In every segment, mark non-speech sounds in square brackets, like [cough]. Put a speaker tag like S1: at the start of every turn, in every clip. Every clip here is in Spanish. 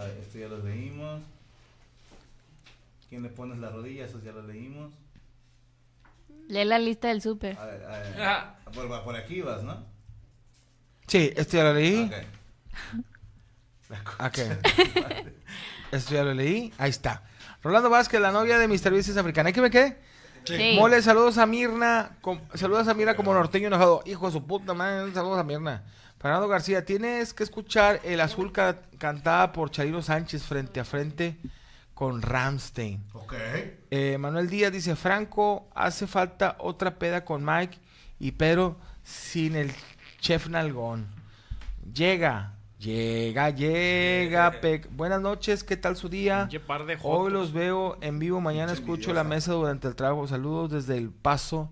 S1: Ah, Esto ya lo leímos. ¿Quién le pones la rodilla? Eso ya lo leímos.
S2: Lee la lista del súper.
S1: A ver, a ver.
S3: Ah.
S1: Por, va- por aquí vas, ¿no?
S3: Sí, esto ya lo leí.
S1: Ok. La co-
S3: Ok. [laughs] Esto ya lo leí. Ahí está. Rolando Vázquez, la novia de Mr. Business Africana. ¿Hay que me quede?
S2: Sí.
S3: Mole, saludos a Mirna. com- saludos a Mirna como norteño enojado. Hijo de su puta madre, saludos a Mirna. Fernando García, tienes que escuchar El Azul ca- cantada por Charino Sánchez frente a frente con Ramstein.
S1: Ok.
S3: Eh, Manuel Díaz dice, Franco, hace falta otra peda con Mike y Pedro sin el chef Nalgón. Llega, llega, llega. Pec. Buenas noches, ¿qué tal su día?
S4: Qué par de
S3: Hoy
S4: jotos.
S3: los veo en vivo, mañana escucho la mesa durante el trago. Saludos desde El Paso,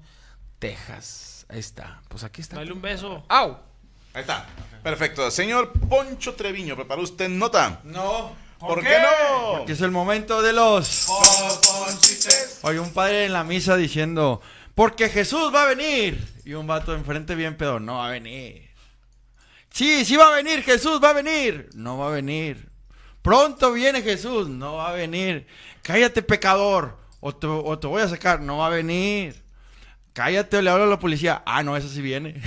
S3: Texas. Ahí está, pues aquí está.
S4: Dale un beso.
S3: ¡Au!
S5: Ahí está. Perfecto. Señor Poncho Treviño, ¿preparó usted nota?
S6: No.
S5: ¿Por, qué no?
S6: Que es el momento de los. Oye, un padre en la misa diciendo, porque Jesús va a venir. Y un vato enfrente bien pedo, no va a venir. Sí, sí va a venir, Jesús va a venir. No va a venir. Pronto viene Jesús, no va a venir. Cállate, pecador, o te, o te voy a sacar, no va a venir. Cállate, o le hablo a la policía. Ah, no, eso sí viene.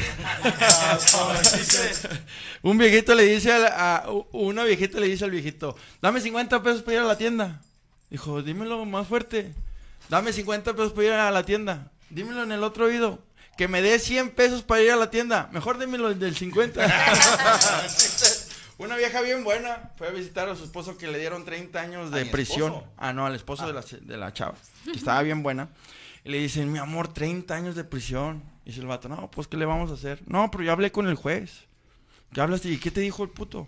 S6: [laughs] Un viejito le dice a, la- a- u- una viejita le dice al viejito, dame 50 pesos para ir a la tienda. Dijo, dímelo más fuerte. Dame 50 pesos para ir a la tienda. Dímelo en el otro oído. Que me dé 100 pesos para ir a la tienda. Mejor dímelo el del 50. una vieja bien buena fue a visitar a su esposo que le dieron 30 años
S5: ¿A
S6: de
S5: mi
S6: prisión.
S5: esposo?
S6: Ah, no, al esposo de, la, de la chava, que estaba bien buena. Y le dicen, mi amor, 30 años de prisión. Y dice el vato, no, pues, ¿qué le vamos a hacer? No, pero yo hablé con el juez. ¿Ya hablaste? ¿Y qué te dijo el puto?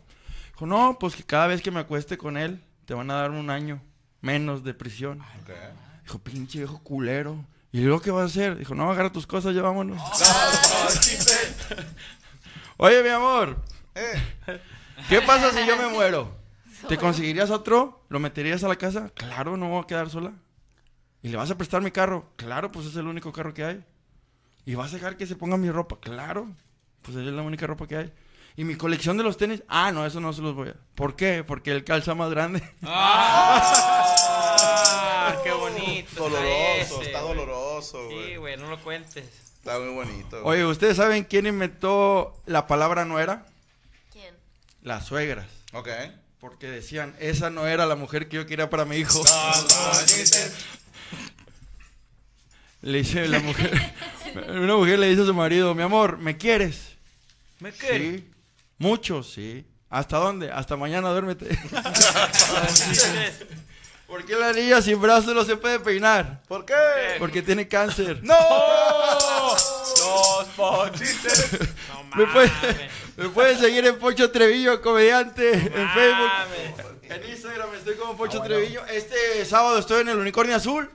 S6: Dijo, no, pues que cada vez que me acueste con él, te van a dar un año menos de prisión.
S5: Ok.
S6: Dijo, pinche viejo culero. ¿Y luego qué vas a hacer? Dijo, no, agarra tus cosas, ya
S5: [laughs]
S6: vámonos. Oye, mi amor. ¿Qué pasa si yo me muero? ¿Te conseguirías otro? ¿Lo meterías a la casa? Claro, no me voy a quedar sola. ¿Y le vas a prestar mi carro? Claro, pues es el único carro que hay. ¿Y vas a dejar que se ponga mi ropa? Claro, pues es la única ropa que hay. ¿Y mi colección de los tenis? Ah, no, eso no se los voy a... ¿Por qué? Porque él calza más grande.
S7: ¡Ah! ¡Qué bonito! está
S5: Doloroso,
S7: ese,
S5: está
S7: güey.
S5: doloroso, güey.
S7: Sí, güey, no lo cuentes.
S5: Está muy bonito. güey.
S6: [laughs] Oye, ¿ustedes saben quién inventó la palabra nuera?
S2: ¿Quién?
S6: Las suegras.
S5: Ok.
S6: Porque decían, esa no era la mujer que yo quería para mi hijo. Le dice la mujer, [laughs] una mujer le dice a su marido, mi amor, ¿me quieres?
S7: ¿Me qué?
S6: Sí. Mucho, sí. ¿Hasta dónde? Hasta mañana, duérmete. [laughs]
S7: Ah,
S6: ¿Por qué la niña sin brazos no se puede peinar?
S5: ¿Por qué?
S6: Porque tiene cáncer.
S5: ¡No!
S7: No
S6: [laughs] Me puede-
S7: mames.
S6: me pueden seguir en Pocho Trevillo, comediante, en Facebook.
S7: Mames.
S6: En Instagram estoy como Pocho
S3: Ah,
S6: Trevillo. Este sábado estoy en el Unicornio Azul.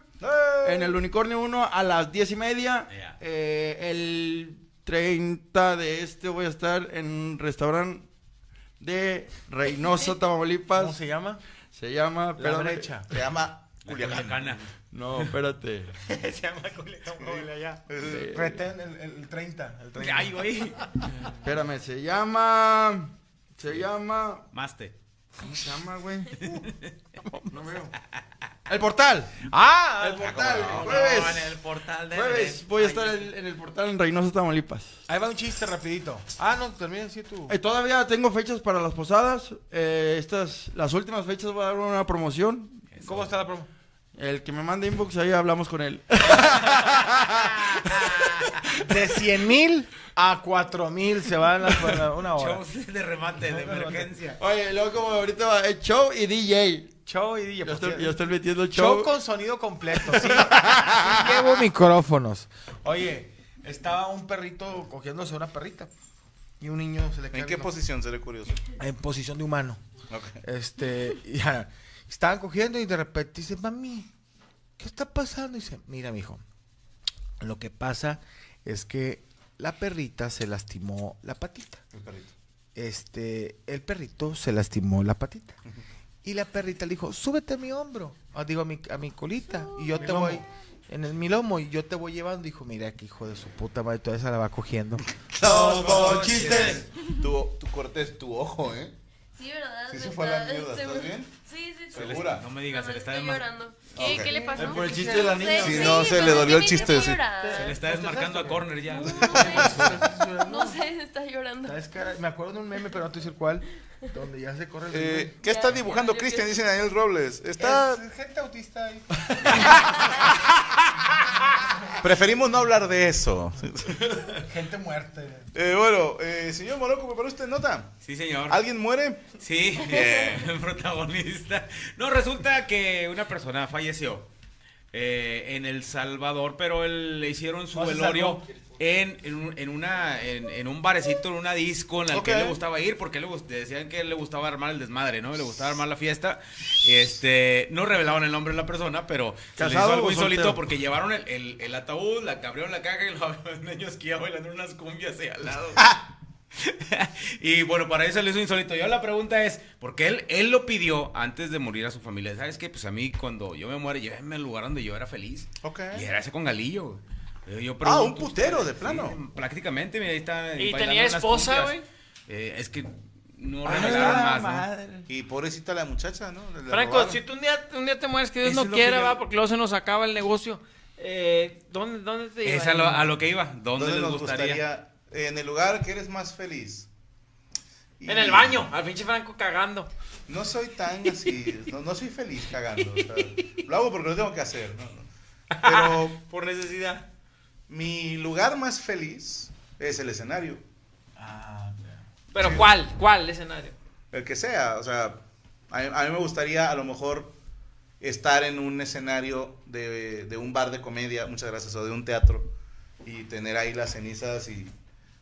S6: En el Unicornio 1 a las 10 y media.
S7: Ya.
S6: Eh, el 30 de este voy a estar en un restaurante de
S3: [laughs]
S6: Reynosa, Tamaulipas.
S3: ¿Cómo se llama?
S6: Se llama.
S3: La
S6: espérame.
S3: brecha.
S5: Se llama Culiacán.
S4: Culiacana.
S6: No,
S3: [laughs]
S6: espérate.
S3: Se llama allá.
S6: eh,
S3: Retén el, el 30. El 30.
S4: Ay, güey.
S6: Espérame, se llama. Se llama.
S4: Maste.
S6: ¿Cómo se llama,
S7: [laughs]
S6: güey? No veo. El portal.
S3: Ah,
S6: El portal.
S7: No, no,
S6: jueves.
S7: en el portal de.
S6: Jueves voy a estar en, en el portal en Reynosa, Tamaulipas.
S3: Ahí va un chiste rapidito. Ah, no, termina así tú.
S6: Eh, todavía tengo fechas para las posadas. Eh, estas, las últimas fechas voy a dar una promoción.
S3: ¿Cómo está la promo?
S6: El que me mande inbox, ahí hablamos con él.
S3: De 100 mil a 4 mil se van las una hora.
S7: Shows Pues de remate, de emergencia.
S6: Oye, luego como ahorita va eh, show y DJ.
S3: Show y DJ.
S6: Ya
S3: por
S6: estoy,
S3: cierto.
S6: ya estoy metiendo
S3: Show
S6: show.
S3: con sonido completo, sí. Sí [laughs] Llevo micrófonos. Oye, estaba un perrito cogiéndose a una perrita. Y un niño se le
S5: ¿En
S3: cae
S5: qué
S3: una-
S5: posición? Seré curioso.
S3: En posición de humano.
S5: Ok.
S3: Este, y ya, estaban cogiendo y de repente dice, mami, ¿qué está pasando? Y dice, mira, mijo, lo que pasa es que la perrita se lastimó la patita.
S5: El perrito.
S3: Este, el perrito se lastimó la patita. Y la perrita le dijo, súbete a mi hombro, ah, digo, a mi, a mi colita, y yo te voy, en el mi lomo, y yo te voy llevando. Dijo, mira, que hijo de su puta madre, toda esa la va cogiendo.
S5: chistes. Tu, tu cortés, tu ojo, ¿eh?
S8: Sí, ¿verdad?
S5: Sí se fue a la
S8: Está-
S5: mierda, ¿estás
S8: seguro.
S5: bien?
S8: Sí, sí, sí.
S5: ¿Segura?
S4: No me digas, se le está
S8: estoy
S4: desma-
S8: llorando. ¿Qué?
S5: Ok. Eh,
S8: ¿Qué le pasó?
S6: Por el chiste de la niña.
S8: Sí,
S5: Sí,
S8: sí,
S5: no, se
S8: pero
S5: le dolió el
S8: tiene
S5: chiste,
S8: que
S5: sí.
S8: llorar.
S4: Se le está desmarcando a Corner ya.
S8: No sé, está llorando.
S3: [laughs] ¿Sabes qué? Me acuerdo de un meme, pero no te el cuál, donde ya se corre el
S5: Eh,
S3: meme.
S5: ¿Qué está dibujando Cristian? Dice Daniel Robles. [laughs] Está...
S3: Es gente autista ahí.
S5: Preferimos no hablar de eso. [laughs]
S3: Gente muerta.
S5: Eh, bueno, eh, señor Moroco, ¿preparó usted nota?
S4: Sí, señor.
S5: ¿Alguien muere?
S4: Sí, [laughs] protagonista. No, resulta que una persona falleció eh, en El Salvador, pero él- le hicieron su
S3: No se
S4: velorio
S3: salvó.
S4: en, en, un- en una, en, en un barecito, en una disco en la que
S5: Ok.
S4: él le gustaba ir, porque le gust- decían que le gustaba armar el desmadre, ¿no? Le gustaba armar la fiesta. Este, no revelaban el nombre de la persona, pero se le hizo
S6: ¿Casado
S4: algo
S6: o
S4: insólito
S6: soltero?
S4: porque llevaron el, el- el ataúd, la abrieron la caja y los [laughs] niños que iban bailando unas cumbias ahí al lado. Y bueno, para eso le hizo insólito. Y ahora la pregunta es, porque él, él lo pidió antes de morir a su familia. ¿Sabes qué? Pues a mí cuando yo me muera, llévenme al lugar donde yo era feliz.
S5: Ok.
S4: Y era ese con Galillo. Yo, yo
S5: Ah,
S4: pregunto,
S5: un putero, de
S4: sí,
S5: plano.
S4: prácticamente, mira, ahí está.
S7: ¿Y
S4: bailando
S7: tenía
S4: unas
S7: esposa,
S4: cumbias.
S7: güey?
S4: Eh, es que
S5: Ah,
S4: no revelaron más, ¿no?
S5: Y pobrecita la muchacha, ¿no? Le
S7: Franco,
S5: robaron.
S7: si tú un día, un día te mueres, que Dios
S4: Eso es
S7: no
S4: lo
S7: quiera,
S4: que yo-
S7: va, porque luego se nos acaba el negocio. Eh, ¿dónde, ¿Dónde te
S4: Es
S7: llevarías?
S4: a lo, a lo que iba. ¿Dónde,
S5: ¿Dónde
S4: les
S5: nos
S4: gustaría?
S5: gustaría? En el lugar que eres más feliz. Y-
S7: En el baño, al pinche Franco cagando.
S5: No soy tan así, no, no soy feliz cagando. o sea, lo hago porque lo tengo que hacer. ¿no? Pero
S7: [laughs] Por necesidad.
S5: mi lugar más feliz es el escenario,
S7: ¿Pero cuál? ¿Cuál escenario?
S5: el que sea. O sea, a, mí- a mí me gustaría a lo mejor estar en un escenario de, de un bar de comedia, muchas gracias, o de un teatro, y tener ahí las cenizas y...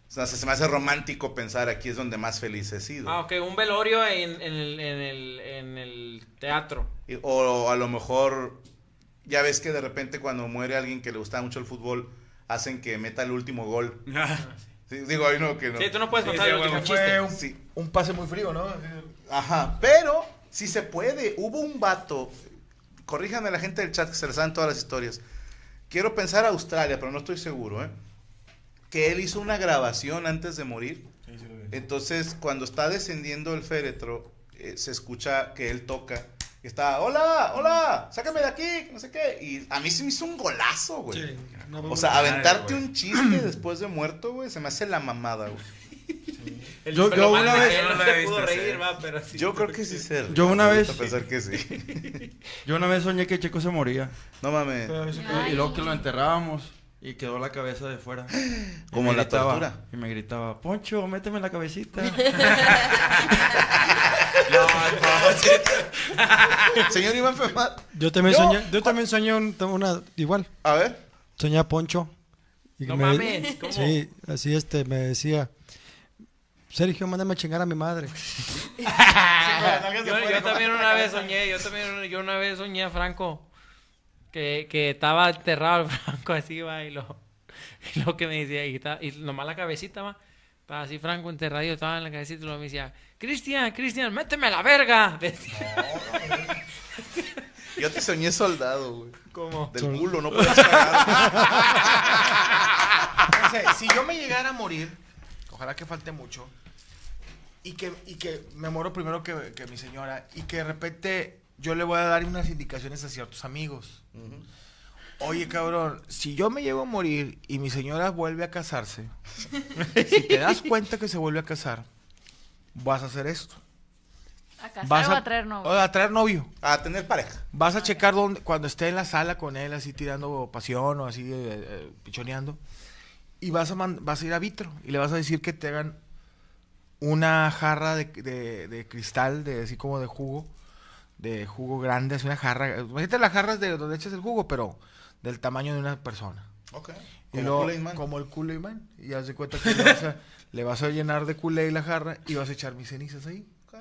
S5: o sea, se se me hace romántico pensar aquí es donde más feliz he sido.
S7: Ah, ok, un velorio en, en el, en, el, en el teatro.
S5: Y- O a lo mejor, ya ves que de repente cuando muere alguien que le gusta mucho el fútbol, hacen que meta el último gol. Sí, digo, hay uno que no.
S7: Ah, Sí, tú no puedes
S4: Sí,
S7: contar
S4: sí,
S7: el
S4: bueno,
S7: último
S4: fue
S7: chiste.
S3: un-
S5: Sí.
S3: Un pase muy frío, ¿no?
S5: Ajá, pero si se puede, hubo un vato, corríjanme la gente del chat que se les dan todas las historias. Quiero pensar Australia, pero no estoy seguro, ¿eh? Que él hizo una grabación antes de morir. Entonces, cuando está descendiendo el féretro, eh, se escucha que él toca. Y está, hola, hola, sácame de aquí, no sé qué. Y a mí se me hizo un golazo, güey. o sea,
S4: madre,
S5: aventarte
S4: güey.
S5: un chiste después de muerto, güey, se me hace la mamada, güey.
S7: El
S6: Yo-
S7: pero
S6: yo
S7: más
S6: una
S7: de
S6: vez-
S7: que
S4: yo
S7: no
S4: no la
S7: se
S4: he
S7: pudo
S4: visto
S7: reír,
S4: hacer.
S7: va, pero sí.
S5: ¿eh? Yo creo que sí se
S6: Yo una
S5: me
S6: vez-
S5: gusta pensar que sí.
S6: Yo una vez soñé que Checo se moría.
S5: No mames.
S6: Y luego que lo enterrábamos y quedó la cabeza de fuera. Y
S5: Como
S6: me
S5: la
S6: gritaba-
S5: tortura.
S6: Y me gritaba, Poncho, méteme la cabecita.
S5: [laughs] Señor Iván Fermat.
S9: Yo también
S5: Yo-
S9: soñé, yo también soñé un- una igual,
S5: A ver.
S9: soñé a Poncho. Y
S7: No
S9: me-
S7: mames, ¿cómo?
S9: Sí, así este me decía, Sergio, mándame a chingar a mi madre.
S7: Yo, yo también una vez soñé, yo también una- yo una vez soñé a Franco que, que estaba enterrado el Franco así, va, y lo, [laughs] y lo que me decía, y, ta- y nomás la cabecita, va, estaba así Franco enterrado, yo estaba en la cabecita y luego me decía, Cristian, Cristian, méteme a la verga. [laughs] Decía,
S5: Yo te soñé soldado, güey.
S7: ¿Cómo?
S5: Del culo, no puedes cagar.
S3: O sea, si yo me llegara a morir, ojalá que falte mucho, y que, y que me muero primero que, que mi señora, y que de repente yo le voy a dar unas indicaciones a ciertos amigos. Oye, cabrón, si yo me llego a morir y mi señora vuelve a casarse, si te das cuenta que se vuelve a casar, vas a hacer esto.
S8: ¿A casar
S3: Vas
S8: o a traer novio?
S3: o A traer novio.
S5: A tener pareja.
S3: Vas a checar dónde, cuando esté en la sala con él, así tirando pasión o así eh, eh, pichoneando. Y vas a, man- vas a ir a vitro y le vas a decir que te hagan una jarra de, de- de cristal, de así como de jugo, de jugo grande, así una jarra. Imagínate las jarras de donde echas el jugo, pero del tamaño de una persona.
S5: Ok.
S3: Y
S5: Como
S3: luego,
S5: Kool-Aid Man.
S3: como el Kool-Aid Man. Y ya se [laughs] cuenta que le vas a, le vas a llenar de Kool-Aid la jarra y vas a echar mis cenizas ahí.
S5: Ok.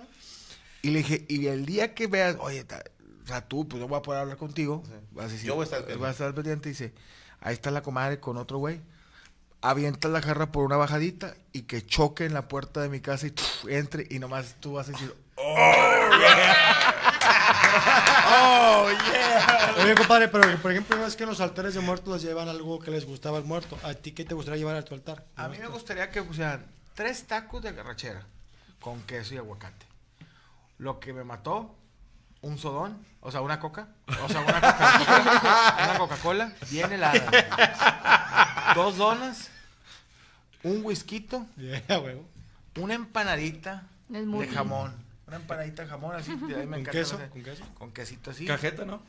S3: Y le dije, y el día que veas, oye, ta- Ratú, pues no voy a poder hablar contigo. Vas a decir,
S5: Yo voy a estar al pendiente.
S3: vas a estar pendiente. Y dice, ahí está la comadre con otro güey. Avienta la jarra por una bajadita y que choque en la puerta de mi casa y ¡tuf! entre y nomás tú vas a decir,
S9: Oye, compadre, pero por ejemplo, no es que en los altares de muertos les llevan algo que les gustaba al muerto. ¿A ti qué te gustaría llevar a tu altar?
S3: A mí me gustaría que pusieran tres tacos de garrachera con queso y aguacate. Lo que me mató, un sodón, o sea, una coca, o sea, una Coca-Cola, una Coca-Cola bien helada. Dos donas, un whisky,
S9: Yeah, huevo.
S3: una empanadita
S8: Es
S3: de
S8: muy-
S3: jamón. Una empanadita de jamón así, de ahí me
S9: ¿Con
S3: encanta
S9: queso?
S3: hacer-
S9: ¿Con queso?
S3: Con quesito así.
S6: Cajeta, ¿no?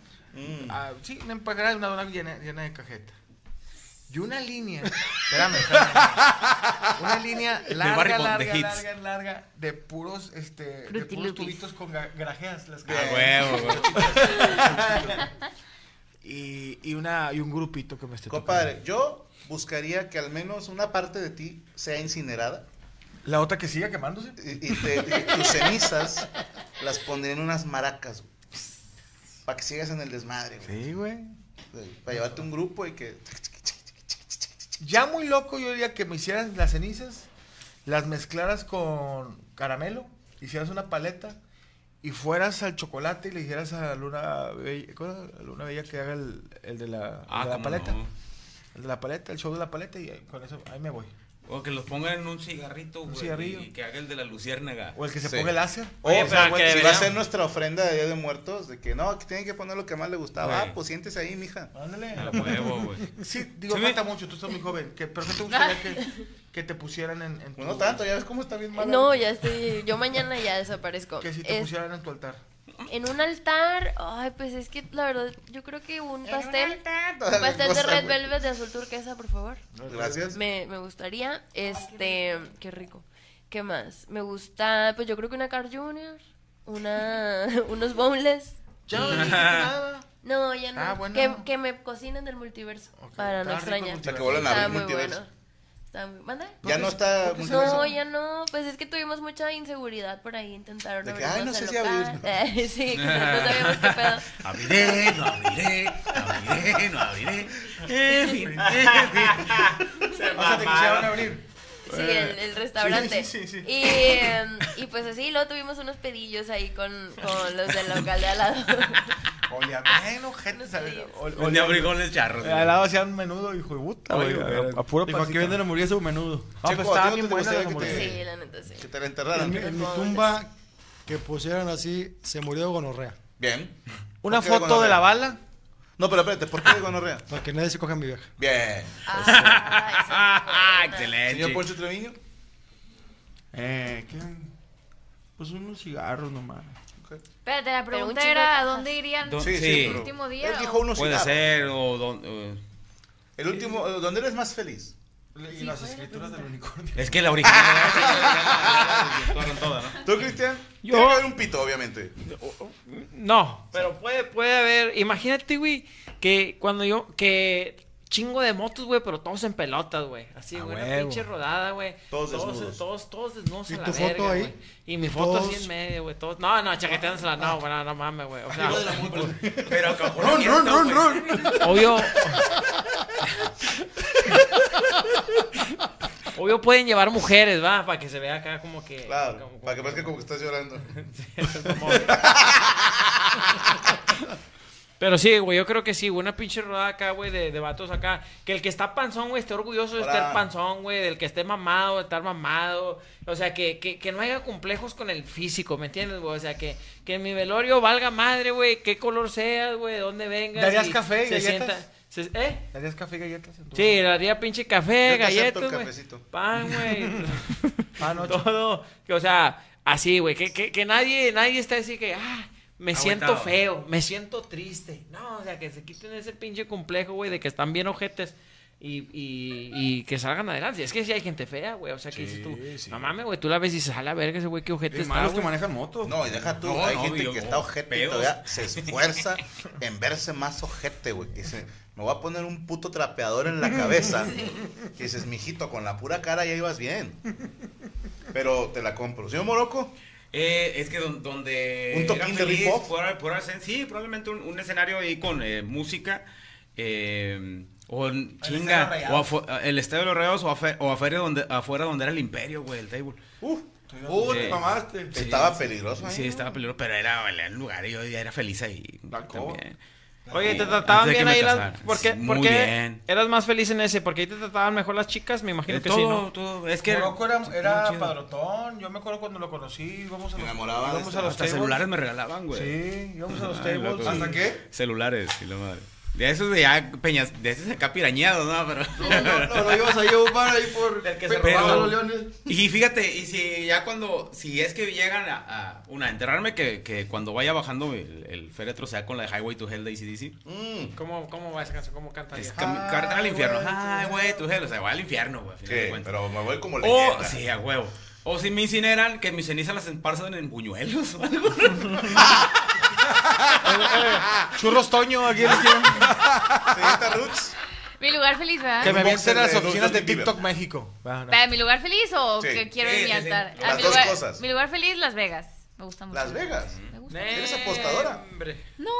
S3: Ah, sí, una empanada, una dona llena, llena de cajeta. Y una
S4: [laughs]
S3: línea, espérame, espérame. una línea larga,
S4: Barrymore,
S3: larga,
S4: de hits.
S3: larga, larga, de puros, este, de
S8: Fruity
S3: puros
S8: Loopies.
S3: tubitos con ga- grajeas, las
S4: Ah,
S3: que-
S6: [laughs]
S4: huevo, huevo.
S3: y, y una, y un grupito que me esté
S5: Compadre, yo buscaría que al menos una parte de ti sea incinerada
S3: tocando. La otra que siga quemándose.
S5: y, y te- y tus cenizas las pondría en unas maracas para que sigas en el desmadre, güey.
S3: Sí, güey.
S5: Para llevarte un grupo y que.
S3: Ya muy loco, yo diría que me hicieras las cenizas, las mezclaras con caramelo, hicieras una paleta y fueras al chocolate y le dijeras a Luna Bella, ¿cómo era? A Luna Bella que haga el, el de la,
S4: Ah,
S3: el de la
S4: cómo
S3: paleta.
S4: no.
S3: El de la paleta, el show de la paleta y ahí- con eso ahí me voy.
S4: O que los pongan en un cigarrito, güey.
S3: cigarrillo.
S4: Y que haga el de la luciérnaga.
S3: O el que se
S5: Sí.
S3: ponga el láser.
S7: Oye,
S5: o
S7: pero
S5: sea, güey, si va
S7: que
S5: a
S7: deberíamos-
S5: ser nuestra ofrenda de Día de Muertos, de que no, que tienen que poner lo que más le gustaba.
S4: Güey.
S5: Ah, pues siéntese ahí, mija.
S3: Ándale.
S4: A huevo, güey.
S3: Sí, digo,
S4: Sí, me-
S3: falta mucho, tú estás muy joven. Que, ¿Pero qué te
S8: [laughs]
S3: gustaría que, que te pusieran en, en
S5: Pues no tanto, ya ves cómo está bien mal.
S8: No, ya estoy. Yo mañana ya desaparezco.
S3: Que si te
S8: Es-
S3: pusieran en tu altar.
S8: en un altar. Ay, pues es que la verdad, yo creo que un pastel. Un pastel de
S5: Cosa,
S8: red
S5: güey.
S8: velvet de azul turquesa, por favor.
S5: Gracias.
S8: Me, me gustaría. Este, qué rico. ¿Qué más? Me gusta, pues yo creo que una Carl Jr., una, [laughs] unos boneless.
S3: Ya [laughs] no me dijiste nada.
S8: No, ya no.
S3: Ah, bueno.
S8: que, que me cocinen del multiverso
S3: Ok,
S8: para no
S3: está rico
S8: extrañar.
S3: el multiverso.
S5: Que vuelvan a
S8: Está
S5: abrir
S8: muy
S5: multiverso.
S8: bueno. Está muy... ¿Manda?
S5: Ya no
S8: No,
S5: está. multiverso.
S8: ya no. Pues es que tuvimos mucha inseguridad por ahí. Intentaron
S5: De que,
S8: abrirnos
S5: ay,
S8: el
S5: no sé si
S8: local. [laughs] Eh,
S5: abrir.
S8: sí, que no sabíamos qué pedo.
S4: Abriré, no abriré, abriré, no abriré. En fin, en fin. Se
S3: O sea, te quisieran abrir.
S8: Sí, el, el restaurante.
S3: sí, sí, sí.
S8: Y, em, y pues así, luego tuvimos unos pedillos ahí con, con los del local de al lado.
S3: Olía bien, ojete,
S8: No
S3: ¿sabes?
S8: sé.
S3: Ol-
S4: Un
S3: olía-
S4: día frijoles charros. güey.
S3: Al lado hacían menudo, hijo de puta, güey. A, a puro
S6: Dijo, aquí venden hamburguesa o menudo.
S3: Ah,
S5: Checo, ¿a
S3: pues
S5: ti
S3: estaban
S5: no
S3: bien
S5: te
S3: buenas
S5: gustaría
S3: las
S5: que te-
S3: hamburguesas.
S8: Sí, la neta, sí.
S5: Que te la
S9: En
S5: enterraran.
S9: mi, en mi tumba que pusieran así, se murió de gonorrea.
S5: Bien.
S10: Una
S5: ¿Por qué de
S10: foto de la
S5: gonorrea?
S10: bala.
S5: No, pero espérate, ¿por qué de gonorrea?
S9: Para que nadie se coja a mi vieja.
S5: Bien.
S8: Ah,
S4: Ah,
S8: esa es buena.
S5: Señor
S4: excelente.
S5: Poncho Treviño.
S6: Eh, ¿qué? Pues unos cigarros nomás.
S2: Espérate, la
S8: Pero un
S2: pregunta
S8: chingo de
S2: era ¿a
S8: cajas.
S2: dónde irían
S4: Do-
S5: Sí, sí,
S4: sí.
S2: el
S5: pero-
S2: último día?
S5: Él
S2: o-
S5: dijo unos
S4: Puede
S5: cigarros.
S4: ser, o don- o-
S5: El último, eh, ¿dónde eres más feliz?
S6: Y las escrituras del unicornio.
S4: Es que la original. ya- ya- ya- ya- ya- ya- ya- ya- toda, ¿no?
S5: ¿Tú, Cristian?
S7: Yo-
S5: Tiene que haber un pito, obviamente.
S7: No, pero puede, puede haber. Imagínate, güey, que cuando yo. que chingo de motos, güey, pero todos en pelotas, güey. Así,
S4: A
S7: güey, una
S4: huevo.
S7: pinche rodada, güey.
S5: Todos
S7: todos,
S5: desnudos.
S7: todos, todos desnudos
S9: ¿Y
S7: a la
S9: tu foto
S7: verga,
S9: ahí?
S7: güey. Y mi foto así
S9: Todos-
S7: en medio, güey. Todos. No, no, chaqueteándosela, no, güey, no, no mames, güey. O sea,
S4: Pero a cajón abierto, güey.
S7: Obvio. Obvio pueden llevar mujeres, va, para que se vea acá como que.
S5: Claro.
S7: como-
S5: para que parezca como que estás llorando.
S7: Pero sí, güey, yo creo que sí, güey, una pinche rodada acá, güey, de, de vatos acá. Que el que está panzón, güey, esté orgulloso de
S5: Ahora.
S7: estar panzón, güey, del que esté mamado, de estar mamado. O sea, que, que, que no haya complejos con el físico, ¿me entiendes, güey? O sea, que, que en mi velorio valga madre, güey, qué color seas, güey, de dónde vengas.
S3: ¿Darías
S7: y
S3: café y
S7: se
S3: galletas?
S7: sienta- se- ¿Eh?
S3: ¿Darías café y galletas? en tu-
S7: Sí, le haría pinche
S5: Yo
S7: café,
S5: te acepto
S7: galletas,
S5: el
S7: güey.
S5: cafecito.
S7: Pan, güey.
S4: [laughs]
S3: Ah, no,
S7: todo. Que, o sea, así, güey. Que, que, que nadie, nadie está así que, ah, me siento
S4: Agüitado.
S7: feo, me siento triste. No, o sea, que se quiten ese pinche complejo, güey, de que están bien ojetes. Y, y, y que salgan adelante. Es que sí hay gente fea, güey. O sea, que dices tú, no mames, güey, tú la ves y dices, a la verga, ese güey, qué ojete
S6: Y
S7: está,
S6: más los que
S7: güey".
S6: manejan motos.
S5: No, y deja tú.
S4: No,
S5: hay
S4: no,
S5: gente
S4: yo-
S5: que está ojete y
S4: pedos.
S5: todavía se esfuerza en verse más ojete, güey. Que dice, me voy a poner un puto trapeador en la cabeza. Que dices, mijito, con la pura cara ya ibas bien. Pero te la compro. ¿Señor Moroco?
S4: Eh, es que don- donde.
S5: ¿Un toquín de hip-hop?
S4: podrá- podrá ser- sí, probablemente un, un escenario ahí con eh, música. eh, o en-
S11: Estadio
S4: chinga. O
S11: Rayados.
S4: afu- ah, el Estadio de los Rayados o, afe- o afuera, donde, afuera donde era el Imperio, güey, el table.
S5: Uf,
S6: Uh,
S4: Sí.
S6: te mamaste.
S4: Sí,
S5: estaba
S4: sí.
S5: peligroso.
S4: Sí,
S5: ¿eh?
S4: estaba peligroso, pero era era un lugar y yo ya era feliz ahí.
S6: alcoba.
S4: también.
S7: Oye, ¿te
S4: Sí,
S7: trataban
S4: antes de
S7: bien
S4: que me
S7: ahí las...
S4: casara.
S7: ¿Por qué,
S4: Sí,
S7: por
S4: muy
S7: qué
S4: bien.
S7: eras más feliz en ese? Porque ahí te trataban mejor las chicas, me imagino
S4: Eh,
S7: que
S4: todo,
S7: sí, ¿no?
S4: todo. Es que
S3: Morocco era,
S4: estaba
S3: era
S4: chido.
S3: padrotón. Yo me acuerdo cuando lo conocí. Íbamos a
S5: Me
S3: los,
S5: enamoraba de
S3: íbamos
S5: este-
S3: a los
S4: Hasta
S3: tables.
S4: celulares me regalaban, güey.
S3: Sí, íbamos a los
S4: Ay,
S3: tables.
S4: loco.
S3: y-
S6: ¿Hasta qué?
S4: Celulares, y la madre. De esos de ya peñas, de esos acá pirañados, ¿no? Pero.
S6: [laughs] No, no, no, lo ibas ahí a un bar ahí por.
S3: El que se
S6: por
S4: robaba.
S6: los leones.
S4: Y fíjate, y si ya cuando, si es que llegan a, a- una, enterrarme que, que cuando vaya bajando el, el féretro sea con la de Highway to Hell de ACDC,
S5: Mm,
S7: ¿Cómo, ¿Cómo va esa canción? ¿Cómo canta?
S4: es
S7: ella? ¡Ah,
S4: cami- carretera al infierno. Highway to Hell, o sea, voy al infierno, güey. al final de
S5: sí,
S4: cuentas.
S5: pero me voy como
S4: O,
S5: leyenda.
S4: Oh, sí, a huevo. O si me incineran, que mis cenizas las esparzan en buñuelos [laughs] o algo.
S3: Churros Toño, aquí en la esquina.
S5: Señorita Roots.
S2: Mi lugar feliz, ¿verdad?
S3: Que me
S5: Un boxer
S3: avienten las
S5: de
S3: oficinas de
S5: Justin Bieber.
S3: TikTok México. Va, no.
S2: ¿Para mi lugar feliz o
S5: Sí.
S2: que quiero
S4: Sí,
S2: ir
S4: sí,
S2: y
S4: sí.
S2: altar?
S5: Las
S2: mi
S5: dos
S2: lugar,
S5: cosas.
S2: Mi lugar feliz, Las Vegas. Me gusta mucho.
S5: Las Vegas.
S2: Me gusta.
S5: ¿Eres apostadora?
S2: [laughs]
S7: Hombre.
S2: No,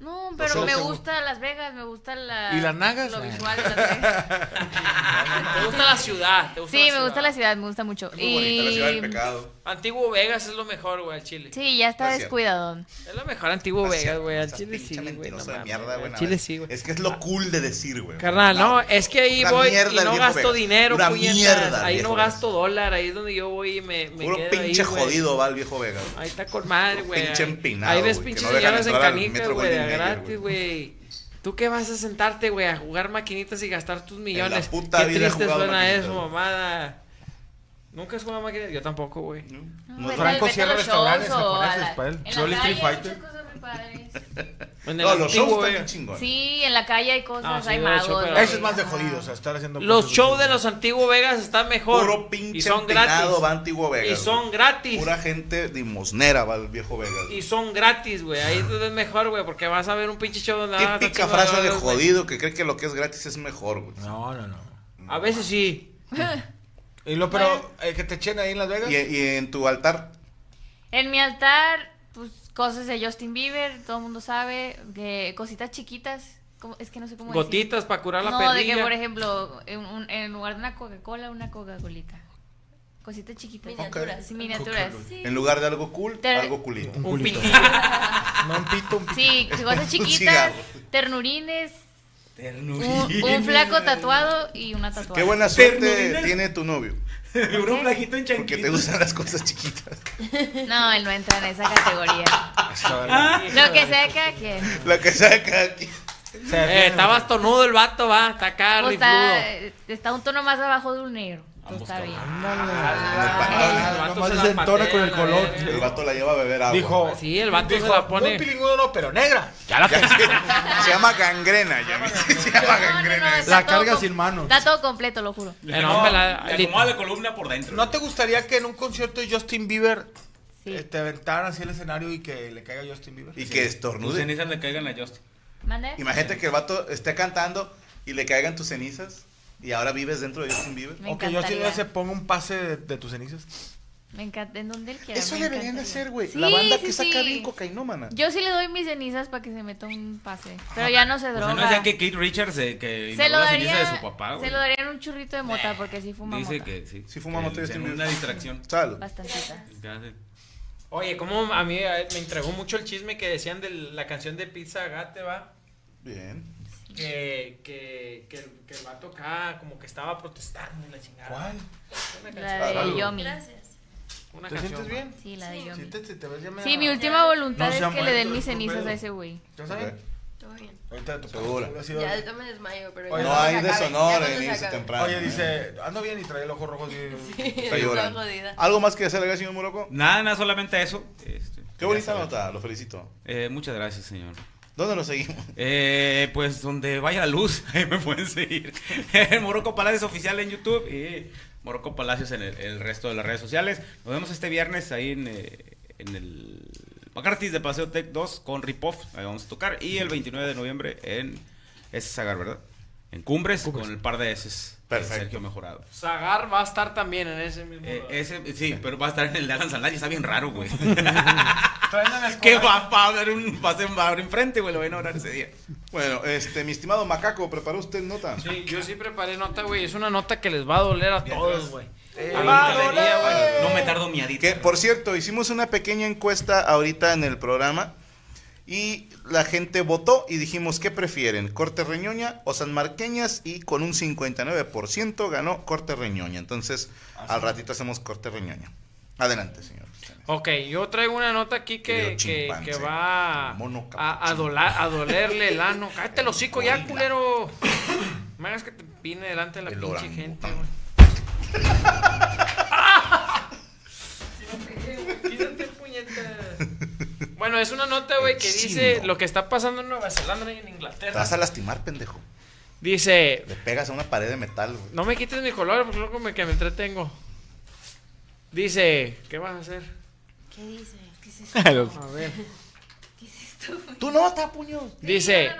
S2: no, pero
S5: solo
S2: me
S5: te gu-
S2: gusta Las Vegas, me gusta la...
S3: ¿Y las nagas?
S2: Lo
S3: Nah.
S2: visual de Las Vegas.
S7: ¿Te gusta la ciudad? ¿Te gusta
S2: Sí, me gusta la ciudad, me gusta mucho.
S5: Muy bonita, la ciudad del
S2: Y...
S5: pecado.
S7: Antiguo Vegas es lo mejor, güey, al Chile.
S2: Sí, ya está
S5: No es cierto.
S2: descuidadón.
S7: Es lo mejor Antiguo
S5: Estás
S7: Vegas,
S5: cierto,
S7: güey. Al
S5: estás
S7: Chile sí,
S5: pinche
S7: güey. No
S5: mentiroso de
S7: mames,
S5: mierda,
S7: güey,
S5: güey,
S7: Al
S5: nada
S7: Chile
S5: más.
S7: sí, güey.
S5: Es que es lo cool de decir, güey.
S7: Carnal, no, es que ahí
S5: Una
S7: voy
S5: mierda
S7: y
S5: el
S7: no
S5: viejo
S7: gasto
S5: Vegas.
S7: dinero,
S5: Una
S7: puñetas.
S5: mierda el
S7: Ahí no
S5: viejo
S7: gasto dólar, ahí es donde yo voy y me, me
S5: Puro
S7: quedo
S5: pinche
S7: ahí, güey.
S5: jodido va el viejo Vegas.
S7: Ahí está con madre, güey.
S5: pinche
S7: Ahí-
S5: empinado,
S7: Ahí ves
S5: güey, que
S7: pinches
S5: no dejan
S7: señoras en
S5: entrar al
S7: canicas,
S5: Metro
S7: güey, de
S5: Golden Mayer,
S7: gratis, güey. ¿Tú qué vas a sentarte, güey, a jugar maquinitas y gastar tus millones?
S5: la puta
S7: qué
S5: vida he
S7: triste
S5: jugado
S7: suena
S5: maquinitas,
S7: eso,
S5: güey.
S7: mamada. ¿Nunca has jugado maquinitas? Yo tampoco, güey.
S2: Vete al-
S3: Franco
S2: vete a
S3: cierra
S2: los
S3: restaurantes
S2: shows o a
S3: japoneses
S2: la-
S3: para él.
S2: en la
S3: Solo Street
S2: calle hay
S3: Fighter.
S2: muchas cosas muy padres.
S7: En el
S5: No, los shows
S7: antiguo,
S5: están bien
S7: güey.
S5: chingones.
S2: Sí, en la calle hay cosas,
S7: Ah, sí,
S2: hay
S7: de
S2: magos.
S7: hecho, pero-
S2: güey.
S3: Eso es más de jodido, o sea, estar haciendo.
S7: Los
S3: cosas
S7: shows
S3: de-
S7: de los antiguos Vegas están mejor.
S5: Puro pinche
S7: y son
S5: empinado
S7: gratis.
S5: va Antiguo
S7: y
S5: Vegas.
S7: son
S5: güey.
S7: gratis.
S5: Pura gente limosnera va el viejo Vegas.
S7: Y
S5: güey.
S7: son gratis, güey. Ahí es mejor, güey, porque vas a ver un pinche show donde vas a estar
S5: Típica
S7: chingando
S5: frase de
S7: dólares, güey.
S5: jodido que cree que lo que es gratis es mejor, güey.
S3: No, no, no.
S7: A veces sí.
S3: Y lo, pero, eh, que te echen ahí en Las Vegas.
S5: Y, y en tu altar,
S2: En mi altar, pues cosas de Justin Bieber, todo el mundo sabe, que cositas chiquitas, como- es que no sé cómo decir.
S7: Gotitas para curar la
S2: No, de
S7: perrilla.
S2: que por ejemplo, en, un- en lugar de una Coca-Cola, una Coca-Colita. Cositas chiquitas.
S8: Miniaturas.
S2: Sí, miniaturas.
S5: en lugar de algo cool,
S2: Te-
S5: algo culito.
S3: Un
S7: un
S3: culito.
S7: pinche
S3: No, un pito, un pito.
S2: Sí, cosas chiquitas,
S5: cigarro.
S2: ternurines, un, un flaco tatuado y una tatuada.
S5: Qué buena suerte
S4: Ternurinas.
S5: tiene tu novio,
S4: [laughs] Un flaquito en
S5: porque te gustan las cosas chiquitas.
S2: No, él no entra en esa categoría.
S7: Ah.
S2: Lo que sea de cada quien.
S5: La que saca aquí.
S7: Eh, está bastonudo el vato, va. Está acá,
S2: Pues,
S7: rifudo.
S2: está, está un tono más abajo de un negro. Entonces, está bien.
S7: Ah, el vato
S6: Nomás
S7: se
S6: se
S7: la
S6: entona
S7: patea,
S6: con el
S7: la
S6: color.
S7: verga.
S5: El vato la lleva a beber
S6: Ah,
S5: agua.
S3: Dijo.
S7: Sí, el vato
S3: dijo,
S7: se la
S3: No,
S7: pone.
S3: piringudo no, pero negra.
S7: Ya la
S5: Se llama gangrena, ya me- Se
S4: [laughs]
S5: llama gangrena.
S2: está
S6: La carga
S2: todo
S6: sin
S2: com-
S6: manos.
S2: Está todo completo, lo juro.
S7: Eh, no, me la-
S4: Le acomoda la columna por dentro.
S3: ¿No te gustaría que en un concierto de Justin Bieber
S2: Sí.
S3: eh, te aventaran así el escenario y que le caiga Justin Bieber?
S5: Y que
S4: Tus
S5: estornude.
S4: cenizas le caigan a Justin.
S2: ¿Mande?
S5: Imagínate que el vato esté cantando y le caigan tus cenizas y ahora vives dentro de Justin Bieber.
S2: Me
S3: O que Justin
S2: encantaría.
S3: Bieber se ponga un pase de, de tus cenizas.
S2: Me encanta, en donde él quiera.
S5: Eso
S2: me
S5: deberían de
S2: encantaría.
S5: hacer, güey.
S2: Sí,
S5: la banda
S2: sí,
S5: que saca
S2: sí.
S5: bien cocainómana.
S2: Yo sí le doy mis cenizas para que se meta un pase. Pero ya no se
S4: O
S2: droga.
S4: sea, Pues no sea que Kate Richards eh, que
S2: se lo
S4: inauguró la ceniza
S2: daría,
S4: de su papá, güey.
S2: se lo daría en un churrito de mota porque sí fuma
S4: Dice
S2: mota.
S4: que sí.
S5: Sí fuma
S4: Que
S5: mota
S4: le
S5: Justin
S4: hicieron
S5: Bieber.
S4: una distracción.
S5: Salud.
S2: Bastantita.
S4: Que hace-
S7: Oye, como a mí eh, me entregó mucho el chisme que decían de la canción de Pizza Gate, va.
S5: Bien.
S7: Que, que, que, el- que el vato acá como que estaba protestando y la chingada. Una canción.
S2: La de
S5: Salud.
S2: Yomi.
S7: Una
S3: ¿Te
S7: canción,
S3: sientes
S7: va.
S3: bien?
S2: Sí, la de
S3: Sí,
S2: Yomi.
S3: te, te- te ves ya medio-
S2: Sí, mi última voluntad
S6: No se ha
S2: es que le den
S6: muerto,
S2: mis
S6: es un
S2: cenizas
S6: pedo.
S2: a ese güey.
S3: ¿Ya sabes?
S5: Ok.
S8: Todo bien.
S3: Ahorita tu
S5: Segura.
S3: papá hubiera sido-
S8: Ya ahorita me desmayo, pero.
S3: Oye,
S8: ya
S5: No
S3: cuando
S5: hay
S8: se acabe,
S5: deshonor
S8: ya cuando
S5: en
S8: se
S5: irse
S8: acabe.
S5: temprano.
S3: Oye, dice, ando bien y trae el ojo rojo
S2: [laughs]
S3: así.
S5: Está
S8: Está
S5: llorando.
S8: jodida.
S5: ¿Algo más que hacer, Gassi Morocco?
S4: Nada, nada, solamente eso. Este,
S5: Qué
S4: quería
S5: bonita
S4: saber.
S5: nota, lo felicito.
S4: Eh, muchas gracias, señor.
S5: ¿Dónde nos seguimos?
S4: Eh, pues donde vaya la luz, [laughs] ahí me pueden seguir. [laughs] Morocco Palacios oficial en YouTube y Morocco Palacios en el, el resto de las redes sociales. Nos vemos este viernes ahí en, eh, en el Macartis de Paseo Tech 2 con Ripoff. Ahí vamos a tocar. Y el 29 de noviembre en. Ese es Sagar, ¿verdad? En Cumbres, con el par de S.
S5: Perfecto.
S4: Sergio Mejorado.
S7: Zagar va a estar también en ese mismo.
S4: Eh,
S7: lugar.
S4: ese, sí, pero va a estar en el de Alan Saldaña. Está bien raro, güey.
S3: ¿Qué
S4: que va va a haber un pase en barrio enfrente, güey. Lo van a orar ese día.
S5: Bueno, este, mi estimado macaco, ¿preparó usted nota?
S7: Sí, yo sí preparé nota, güey. Es una nota que les va a doler a todos, güey. A mí
S4: va a
S7: me dolería, güey.
S4: No me tardo miadito.
S5: Que, por cierto, hicimos una pequeña encuesta ahorita en el programa y la gente votó y dijimos, ¿qué prefieren? ¿Corte Reñoña o San Marqueñas? Y con un 59% ganó Corte Reñoña. Entonces,
S7: Ah,
S5: al ratito hacemos Corte Reñoña. Adelante, señor.
S7: Ok, yo traigo una nota aquí que,
S5: Querido
S7: que,
S5: chimpancé,
S7: que va
S5: mono
S7: a, a,
S5: capuchino.
S7: dola- a dolerle el ano. Cállate el hocico ya,
S5: Gorila.
S7: culero. No Me hagas que te pine delante de la
S5: El
S7: pinche
S5: orangután.
S7: gente, güey. Quítate, puñeta. Bueno, es una nota, güey, que dice
S5: Chino.
S7: lo que está pasando en Nueva Zelanda y en
S5: Te
S7: Inglaterra.
S5: vas a lastimar, pendejo.
S7: Dice,
S5: Le pegas a una pared de metal. güey.
S7: no me quites mi color, porque loco me, que me entretengo. Dice, ¿qué vas a hacer?
S2: ¿Qué dice? ¿Qué es
S3: [laughs]
S2: esto?
S7: A ver.
S2: ¿Qué es esto?
S5: ¡Tu nota, puño!
S7: Dice,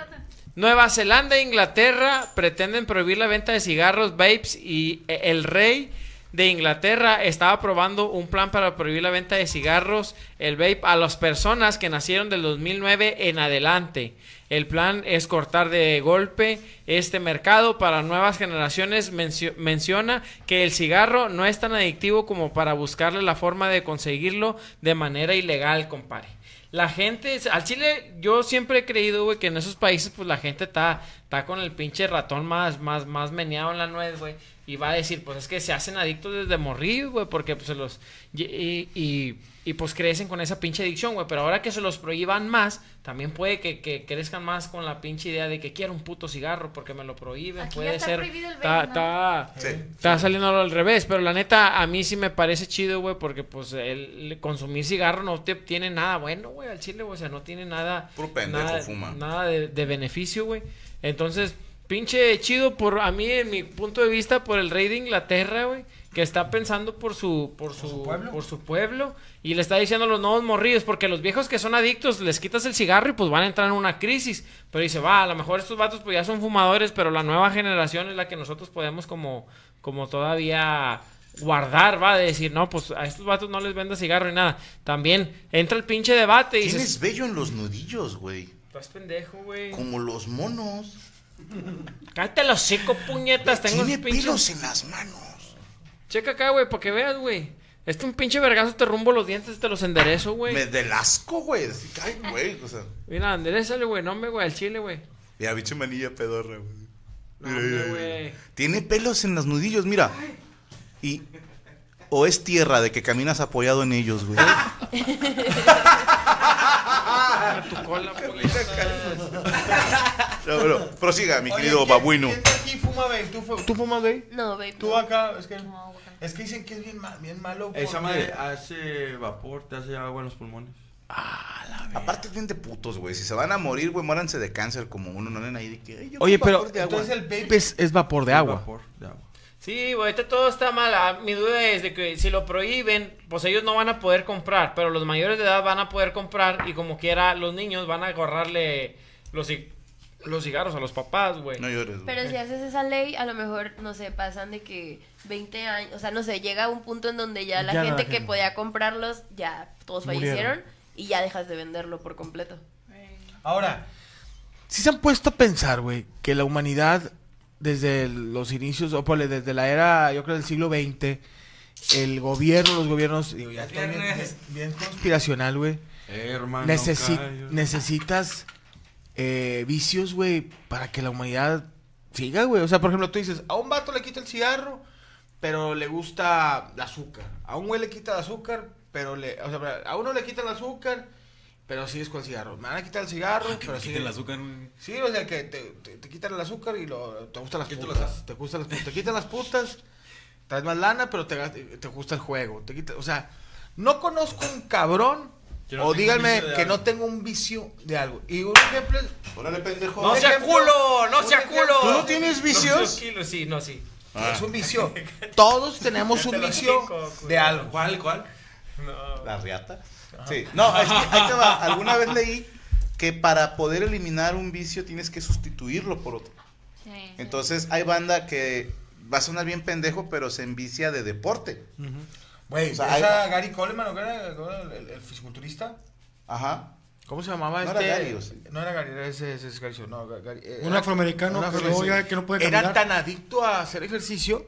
S7: Nueva Zelanda e Inglaterra pretenden prohibir la venta de cigarros, vapes y eh, el rey de Inglaterra estaba aprobando un plan para prohibir la venta de cigarros, el vape a las personas que nacieron del 2009 en adelante. El plan es cortar de golpe este mercado para nuevas generaciones. Mencio- menciona que el cigarro no es tan adictivo como para buscarle la forma de conseguirlo de manera ilegal, compadre. La gente, es- al Chile, yo siempre he creído, güey, que en esos países, pues la gente está, está con el pinche ratón más, más, más meneado en la nuez, güey. Y va a decir, pues es que se hacen adictos desde morrillos, güey, porque pues se los. Y, y, y- y, pues crecen con esa pinche adicción, güey. Pero ahora que se los prohíban más, también puede que, que crezcan más con la pinche idea de que quiero un puto cigarro porque me lo prohíben.
S2: Aquí ya
S7: puede
S2: está
S7: ser.
S2: prohibido el vape,
S7: está-
S2: ¿no?
S7: está-
S5: Sí.
S7: Está saliendo al revés, pero la neta, a mí sí me parece chido, güey, porque pues el el consumir cigarro no te obtiene nada bueno, güey, al chile, güey, o sea, no tiene nada.
S5: Puro pendejo
S7: nada,
S5: fuma.
S7: Nada de, de beneficio, güey. Entonces, pinche chido por a mí, en mi punto de vista, por el rey de Inglaterra, güey, que está pensando por su, por su,
S3: pueblo.
S7: por su pueblo y le está diciendo a los nuevos morrillos, porque los viejos que son adictos les quitas el cigarro y pues van a entrar en una crisis. Pero dice, va, a lo mejor estos vatos pues ya son fumadores, pero la nueva generación es la que nosotros podemos como, como todavía guardar, va, de decir, no, pues a estos vatos no les venda cigarro y nada. También entra el pinche debate y dices,
S5: Tienes bello en los nudillos, güey.
S7: estás pendejo, güey.
S5: Como los monos.
S7: Cállate los cinco puñetas, tengo
S5: Tiene
S7: un pinche...
S5: pelos en las manos.
S7: Checa acá, güey, para que veas, güey. Este un pinche vergazo te rumbo los dientes, te los enderezo, güey.
S5: Me del asco, güey. Así, Ay, güey. O sea,
S7: Mira, enderezale, güey, no me, güey, al chile, güey.
S5: ya, bicho manilla pedorra, güey.
S7: No,
S5: Mira, mira,
S7: hombre,
S5: mira.
S7: güey.
S5: Tiene pelos en los nudillos, mira. Y. O es tierra de que caminas apoyado en ellos, güey.
S7: A tu cola, puñetas.
S5: No, pero prosiga, mi querido babuino.
S3: ¿Quién de aquí fuma vape? ¿Tú, fu- tú fumas vape?
S8: No, baby.
S3: Tú acá, es que,
S2: No, guacala.
S3: es que dicen que es bien, ma- bien malo.
S6: Esa
S3: porque-
S6: madre hace vapor, te hace agua en los pulmones.
S5: Aparte, tienen de putos, güey. Si se van a morir, güey, muéranse de cáncer como uno, no ven ahí de que. "Ay, yo
S3: Oye,
S5: con
S3: pero
S5: vapor de agua".
S3: entonces el vape es, es vapor de agua.
S6: Vapor de agua.
S7: Sí, güey, ahorita todo está mal. Ah, Mi duda es de que si lo prohíben, pues ellos no van a poder comprar, pero los mayores de edad van a poder comprar y como quiera los niños van a agarrarle los, ci- los cigarros a los papás, güey.
S5: No llores, güey.
S8: Pero si haces esa ley, a lo mejor, no sé, pasan de que 20 años, o sea, no sé, llega un punto en donde ya la
S3: Ya no
S8: gente
S3: la
S8: que
S3: gente.
S8: podía comprarlos, ya todos
S3: Murieron.
S8: fallecieron y ya dejas de venderlo por completo.
S3: Ahora, si se han puesto a pensar, güey, que la humanidad desde el- los inicios, o ponle, desde la era, yo creo, del siglo XX, el gobierno, los gobiernos, digo, ya estoy bien,
S4: Viernes.
S3: bien conspiracional, güey.
S6: Eh, hermano.
S3: Necesi-
S6: callo.
S3: necesitas eh, vicios, güey, para que la humanidad siga, güey. O sea, por ejemplo, tú dices, a un vato le quita el cigarro, pero le gusta el azúcar. A un güey le quita el azúcar, pero le... O sea, a uno le quita el azúcar, pero sigues con el cigarro. Me van a quitar el cigarro,
S4: Ah, Que
S3: pero
S4: me quiten
S3: sigue-
S4: el azúcar, güey.
S3: Sí, o sea, que te, te- te quitan el azúcar y lo, te gustan las putas. te gustan las putas. Te quitan las putas, traes más lana, pero te, gas- te gusta el juego. Te quita, o sea, no conozco un cabrón,
S6: Que no
S3: o
S6: tenga un
S3: díganme
S6: vicio de
S3: que
S6: algo.
S3: no tengo un vicio de algo. Y un ejemplo es...
S5: Órale, pendejo.
S7: ¡No sea culo! ¡No sea culo!
S3: ¿Tú no tienes
S7: No,
S3: vicios?
S7: sí, sí, no, sí.
S3: Es un vicio. [laughs] Todos tenemos un vicio de algo.
S6: ¿Cuál, cuál?
S5: La riata. Sí. No, es que ahí te va. Alguna vez leí que para poder eliminar un vicio tienes que sustituirlo por otro.
S2: Sí.
S5: Entonces hay banda que va a sonar bien pendejo, pero se envicia de deporte.
S3: Güey,
S5: O sea,
S3: ¿ves
S5: hay-
S3: a Gary Coleman o qué era? ¿Cómo era el, el, el fisiculturista?
S5: Ajá.
S3: ¿Cómo se llamaba
S5: No
S3: este?
S5: era Gary, o sea.
S3: No era Gary, era ese, ese es Gary. Show, No, Ga- Gary eh,
S9: Un
S3: era-
S9: afroamericano
S3: un
S9: que
S3: afroamericano.
S9: luego ya que no puede
S3: Era
S9: caminar.
S3: tan adicto a hacer ejercicio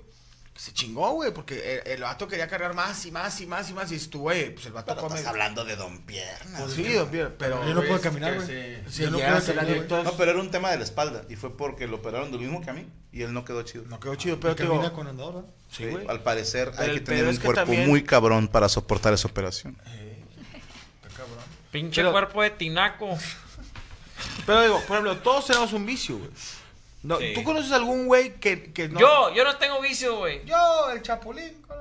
S3: que se chingó, güey, porque el, el vato quería cargar más y más y más y más. Y estuvo, güey, pues el vato
S5: Pero
S3: come.
S5: estás hablando de Don Pierna.
S3: Pues sí, don Pierre, pero. este,
S9: Yo no puedo
S3: güey,
S9: caminar,
S3: que
S9: güey.
S3: se-
S9: Yo
S3: se
S9: no
S3: llega
S9: puedo
S3: a ser
S9: caminar, güey.
S3: adicto.
S5: No, pero era un tema de la espalda y fue porque lo operaron de lo mismo que a mí y él no quedó chido.
S3: No quedó chido, pero te digo.
S9: Camina con andador, ¿verdad?
S3: Sí, güey.
S5: Al parecer
S3: Pero
S5: hay que
S3: el pedo
S5: tener un
S3: es que
S5: cuerpo
S3: también-
S5: muy cabrón para soportar esa operación.
S7: Pinche
S3: Pero-
S7: cuerpo de tinaco.
S3: Pero digo, por ejemplo, todos tenemos un vicio, güey. No,
S4: Sí.
S3: ¿Tú conoces algún güey que, que [laughs] no?
S7: Yo, yo no tengo vicio, güey.
S3: Yo, el chapulín. con-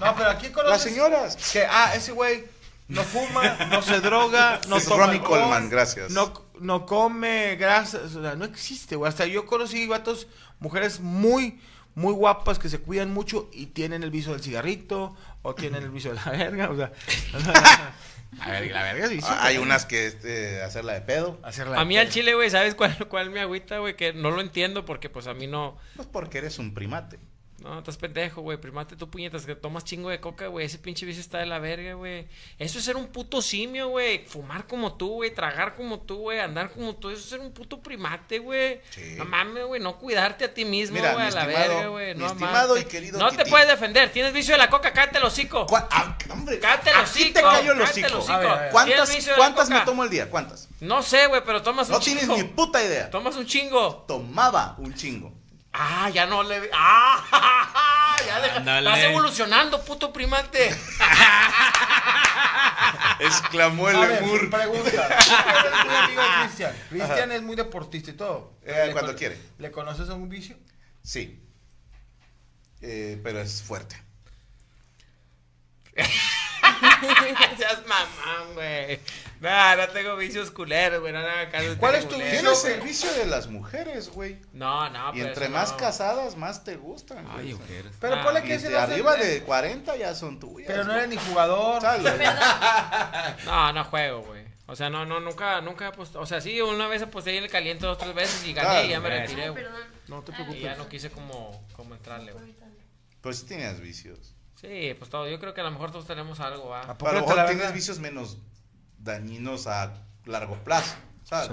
S3: No, pero aquí con
S5: Las señoras.
S3: Que, ah, ese güey no fuma, no
S5: [laughs]
S3: se droga, no
S5: Es
S3: toma
S5: Ronnie
S3: alcohol,
S5: Coleman, gracias.
S3: No, no come grasas, o sea, no existe, güey. Hasta yo conocí vatos, mujeres muy, muy guapas que se cuidan mucho y tienen el vicio del cigarrito o tienen el vicio de la verga, o sea.
S5: [laughs]
S3: A ver, la verga es vicio.
S5: Ah, Hay unas que este, hacerla de pedo.
S3: Hacerla
S7: A mí al chile, güey, ¿sabes cuál, cuál me agüita, güey? Que no lo entiendo porque, pues, a mí no...
S5: Pues porque eres un primate.
S7: No, estás pendejo, güey. Primate tu puñetas que tomas chingo de coca, güey. Ese pinche vicio está de la verga, güey. Eso es ser un puto simio, güey. Fumar como tú, güey. Tragar como tú, güey. Andar como tú. Eso es ser un puto primate, güey.
S5: Sí.
S7: No mames, güey. No cuidarte a ti mismo, güey.
S5: Mira, mi
S7: A la
S5: estimado-
S7: verga, güey.
S5: mi
S7: No
S5: estimado
S7: amarte.
S5: y querido
S7: No te
S5: Titi.
S7: puedes defender. Tienes vicio de la coca, cállate el hocico.
S5: Cu- ah, hombre,
S7: Cállate el
S5: aquí
S7: hocico,
S5: te callo el
S7: cállate el
S5: hocico.
S7: hocico. A ver, a ver.
S5: ¿Cuántas,
S7: ¿Tienes vicio de la
S5: cuántas me
S7: coca?
S5: tomo al día? ¿Cuántas?
S7: No sé, güey, pero tomas un
S5: No
S7: chingo.
S5: tienes ni puta idea.
S7: Tomas un chingo.
S5: Tomaba un chingo.
S7: Ah, ya no le. Ah, [laughs] ya deja-
S4: Ándale.
S7: Estás evolucionando, puto primate. [laughs]
S5: Exclamó el
S3: A ver,
S5: lemur.
S3: [laughs] pregunta. Eres muy amigo de Cristian. Cristian es muy deportista y todo.
S5: Eh,
S3: Pero le
S5: cuando
S3: cono-
S5: quiere.
S3: ¿Le conoces algún vicio?
S5: Sí. Eh, pero es fuerte.
S7: Seas mamón, güey. No, no tengo vicios culeros, güey. No, no, caso,
S3: ¿Cuál
S7: tengo
S3: es tu
S7: culeros.
S3: vicio?
S5: Tienes el vicio de las mujeres, güey.
S7: No,
S3: Ah,
S7: no,
S5: Y
S7: pero
S5: entre
S7: eso
S5: más
S7: no.
S5: casadas, más te gustan. güey.
S4: Ay, ojeras.
S3: Pero
S7: Ah,
S3: ponle
S5: Y
S3: que ese
S5: de
S3: no es el-
S5: arriba de 40 ya son tuyas.
S3: Pero no
S5: güey.
S3: eres ni jugador.
S5: Sale.
S7: No, no juego, güey. O sea, no, no, nunca, nunca aposté. O sea, sí, una vez aposté ahí en el caliente dos, tres veces y gané
S5: Claro,
S7: y ya me
S4: güey.
S7: retiré, güey.
S2: Perdón.
S3: No te
S7: Y ya no quise como, como entrarle, güey.
S5: Pero Pues sí tenías vicios.
S7: Sí, pues todo. Yo creo que a lo mejor todos tenemos algo,
S3: ¿A
S7: ¿va?
S3: poco
S5: Pero a lo
S3: te la
S5: mejor tienes
S3: verdad?
S5: vicios menos dañinos a largo plazo. ¿sabes?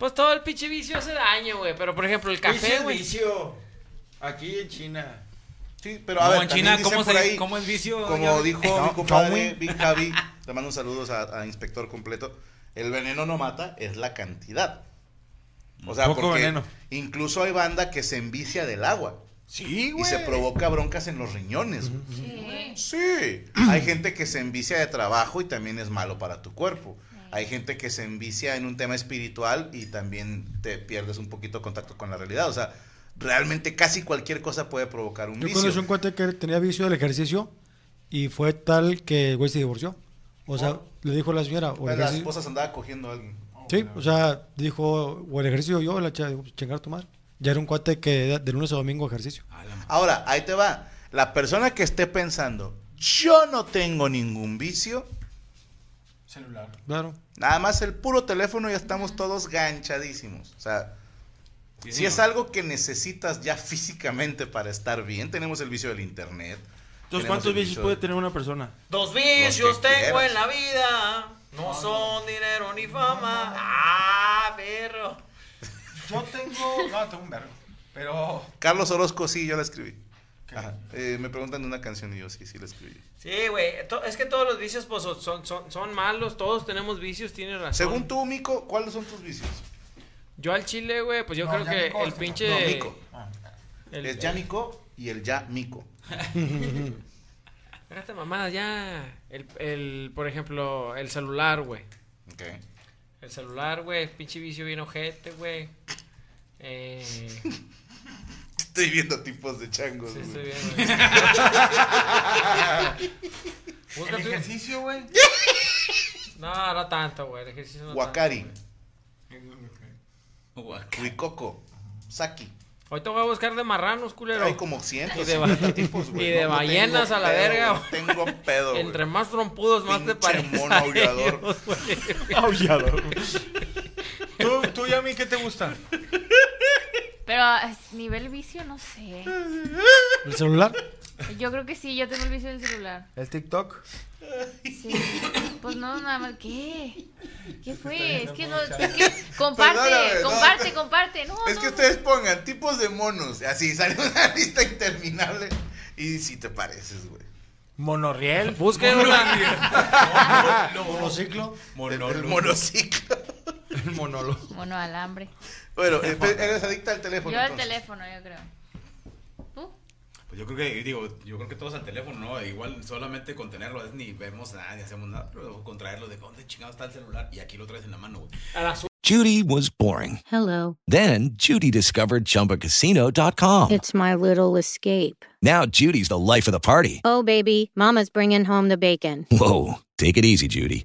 S7: Pues todo el pinche vicio hace daño, güey. Pero por ejemplo, el
S6: Vicio
S7: café,
S6: es
S7: güey.
S6: vicio. Aquí en China.
S5: Sí, pero a
S4: Como
S5: ver,
S4: en
S5: también
S4: China,
S5: dicen
S4: ¿cómo,
S5: por
S4: se,
S5: ahí,
S4: ¿cómo es vicio?
S5: como
S4: Ya-
S5: dijo mi compadre Big Javi, le mando un saludo a, a Inspector Completo, el veneno no mata, es la cantidad. O sea,
S6: Poco
S5: porque
S6: veneno.
S5: incluso hay banda que se envicia del agua
S3: Sí,
S5: y
S3: güey.
S5: se provoca broncas en los riñones.
S2: Sí.
S5: güey. Sí, hay gente que se envicia de trabajo y también es malo para tu cuerpo. Hay gente que se envicia en un tema espiritual y también te pierdes un poquito contacto con la realidad. O sea, realmente casi cualquier cosa puede provocar un
S9: Yo
S5: vicio.
S9: conocí un cuate que tenía vicio del ejercicio y fue tal que el güey se divorció. O sea, le dijo a la señora, o el
S5: La
S9: ejercicio-
S5: esposa se andaba cogiendo a alguien.
S9: Sí, o sea, dijo, o el ejercicio yo, la chava, digo, pues, chingar tu madre. Ya era un cuate que era de lunes a domingo ejercicio.
S5: Ahora, ahí te va. La persona que esté pensando, yo no tengo ningún vicio,
S3: Celular.
S9: Claro.
S5: nada más el puro teléfono ya estamos todos ganchadísimos. O sea,
S4: Sí,
S5: si es
S4: señor.
S5: algo que necesitas ya físicamente para estar bien, tenemos el vicio del internet.
S6: Entonces,
S5: tenemos
S6: ¿cuántos
S5: el
S6: vicios
S5: vicio
S6: puede
S5: de-
S6: tener una
S3: [laughs]
S6: persona?
S7: Dos vicios
S5: Los que
S7: tengo
S5: quieras.
S7: en la vida. No son dinero ni fama. Ah, perro.
S3: Yo tengo. No, tengo un verbo. Pero.
S5: Carlos Orozco, sí, yo la escribí. Ajá. Eh, me preguntan de una canción y yo sí, sí la escribí.
S7: Sí, güey. to- Es que todos los vicios pues, son, son, son- son malos. Todos tenemos vicios, tienes razón.
S5: Según tú, Mico, ¿cuáles son tus vicios?
S7: Yo al chile, güey, pues yo
S3: No,
S7: creo
S3: ya
S7: que
S3: Mico,
S7: el
S3: no,
S7: pinche.
S5: Mico.
S3: Ah.
S7: Eh, el-
S5: es ya Mico y el ya Mico.
S7: Espérate, mamada, ya. El, el, por ejemplo, el celular, güey.
S5: Ok. [laughs]
S7: El celular, güey. Pinche vicio bien ojete, güey. Eh.
S5: Estoy viendo tipos de changos.
S7: Sí,
S5: güey.
S7: estoy bien,
S3: [laughs]
S7: güey.
S3: El
S7: Busca tú-
S3: ejercicio, güey.
S7: No, no tanto, güey. El ejercicio no
S5: Wakari.
S7: tanto, güey.
S4: Guac.
S5: Huicoco, Saki.
S7: Ahorita voy a buscar de marranos, culero.
S5: Hay como 100
S7: Y de ba-
S5: tipos, güey.
S7: y de
S5: tengo
S7: ballenas a la
S5: pedo,
S7: verga,
S5: no Tengo pedo, güey.
S7: Entre más trompudos, más te
S5: Pinche
S7: parece.
S5: mono aullador.
S7: [laughs]
S6: Aullador.
S3: ¿Tú, tú y a mí, ¿qué te gusta?
S2: Pero a nivel vicio, no sé.
S9: ¿El celular? [laughs]
S2: Yo creo que sí, yo tengo el vicio del celular.
S3: ¿El TikTok?
S2: Sí. Pues no, nada más. ¿Qué? ¿Qué fue? Es que no. Es que comparte,
S5: Perdóname, no.
S2: comparte, comparte. No,
S5: Es
S2: no,
S5: que
S2: no.
S5: ustedes pongan tipos de monos. Así sale una [laughs] lista interminable. Y si te pareces, güey.
S10: Monorriel.
S7: Busquen una.
S9: ¿Monociclo?
S5: El, el monociclo.
S6: El monólogo.
S2: Bueno, alambre.
S7: [laughs]
S5: Bueno, espe- eres adicta al teléfono.
S2: Yo al
S5: entonces.
S2: teléfono, yo creo. ¿Tú?
S4: Pues yo creo que, digo, yo creo que todos al teléfono, ¿no? Igual solamente con tenerlo es ni vemos nada, ni hacemos nada, pero con traerlo de dónde chingado está el celular y aquí lo traes en la mano, güey.
S7: A las
S1: Judy was boring.
S12: Hello,
S1: Then Judy discovered ChumbaCasino.com.
S12: it's my little escape.
S1: Now Judy's the life of the party.
S12: Oh, baby, Mama's bringing home the bacon.
S1: Whoa, take it easy, Judy.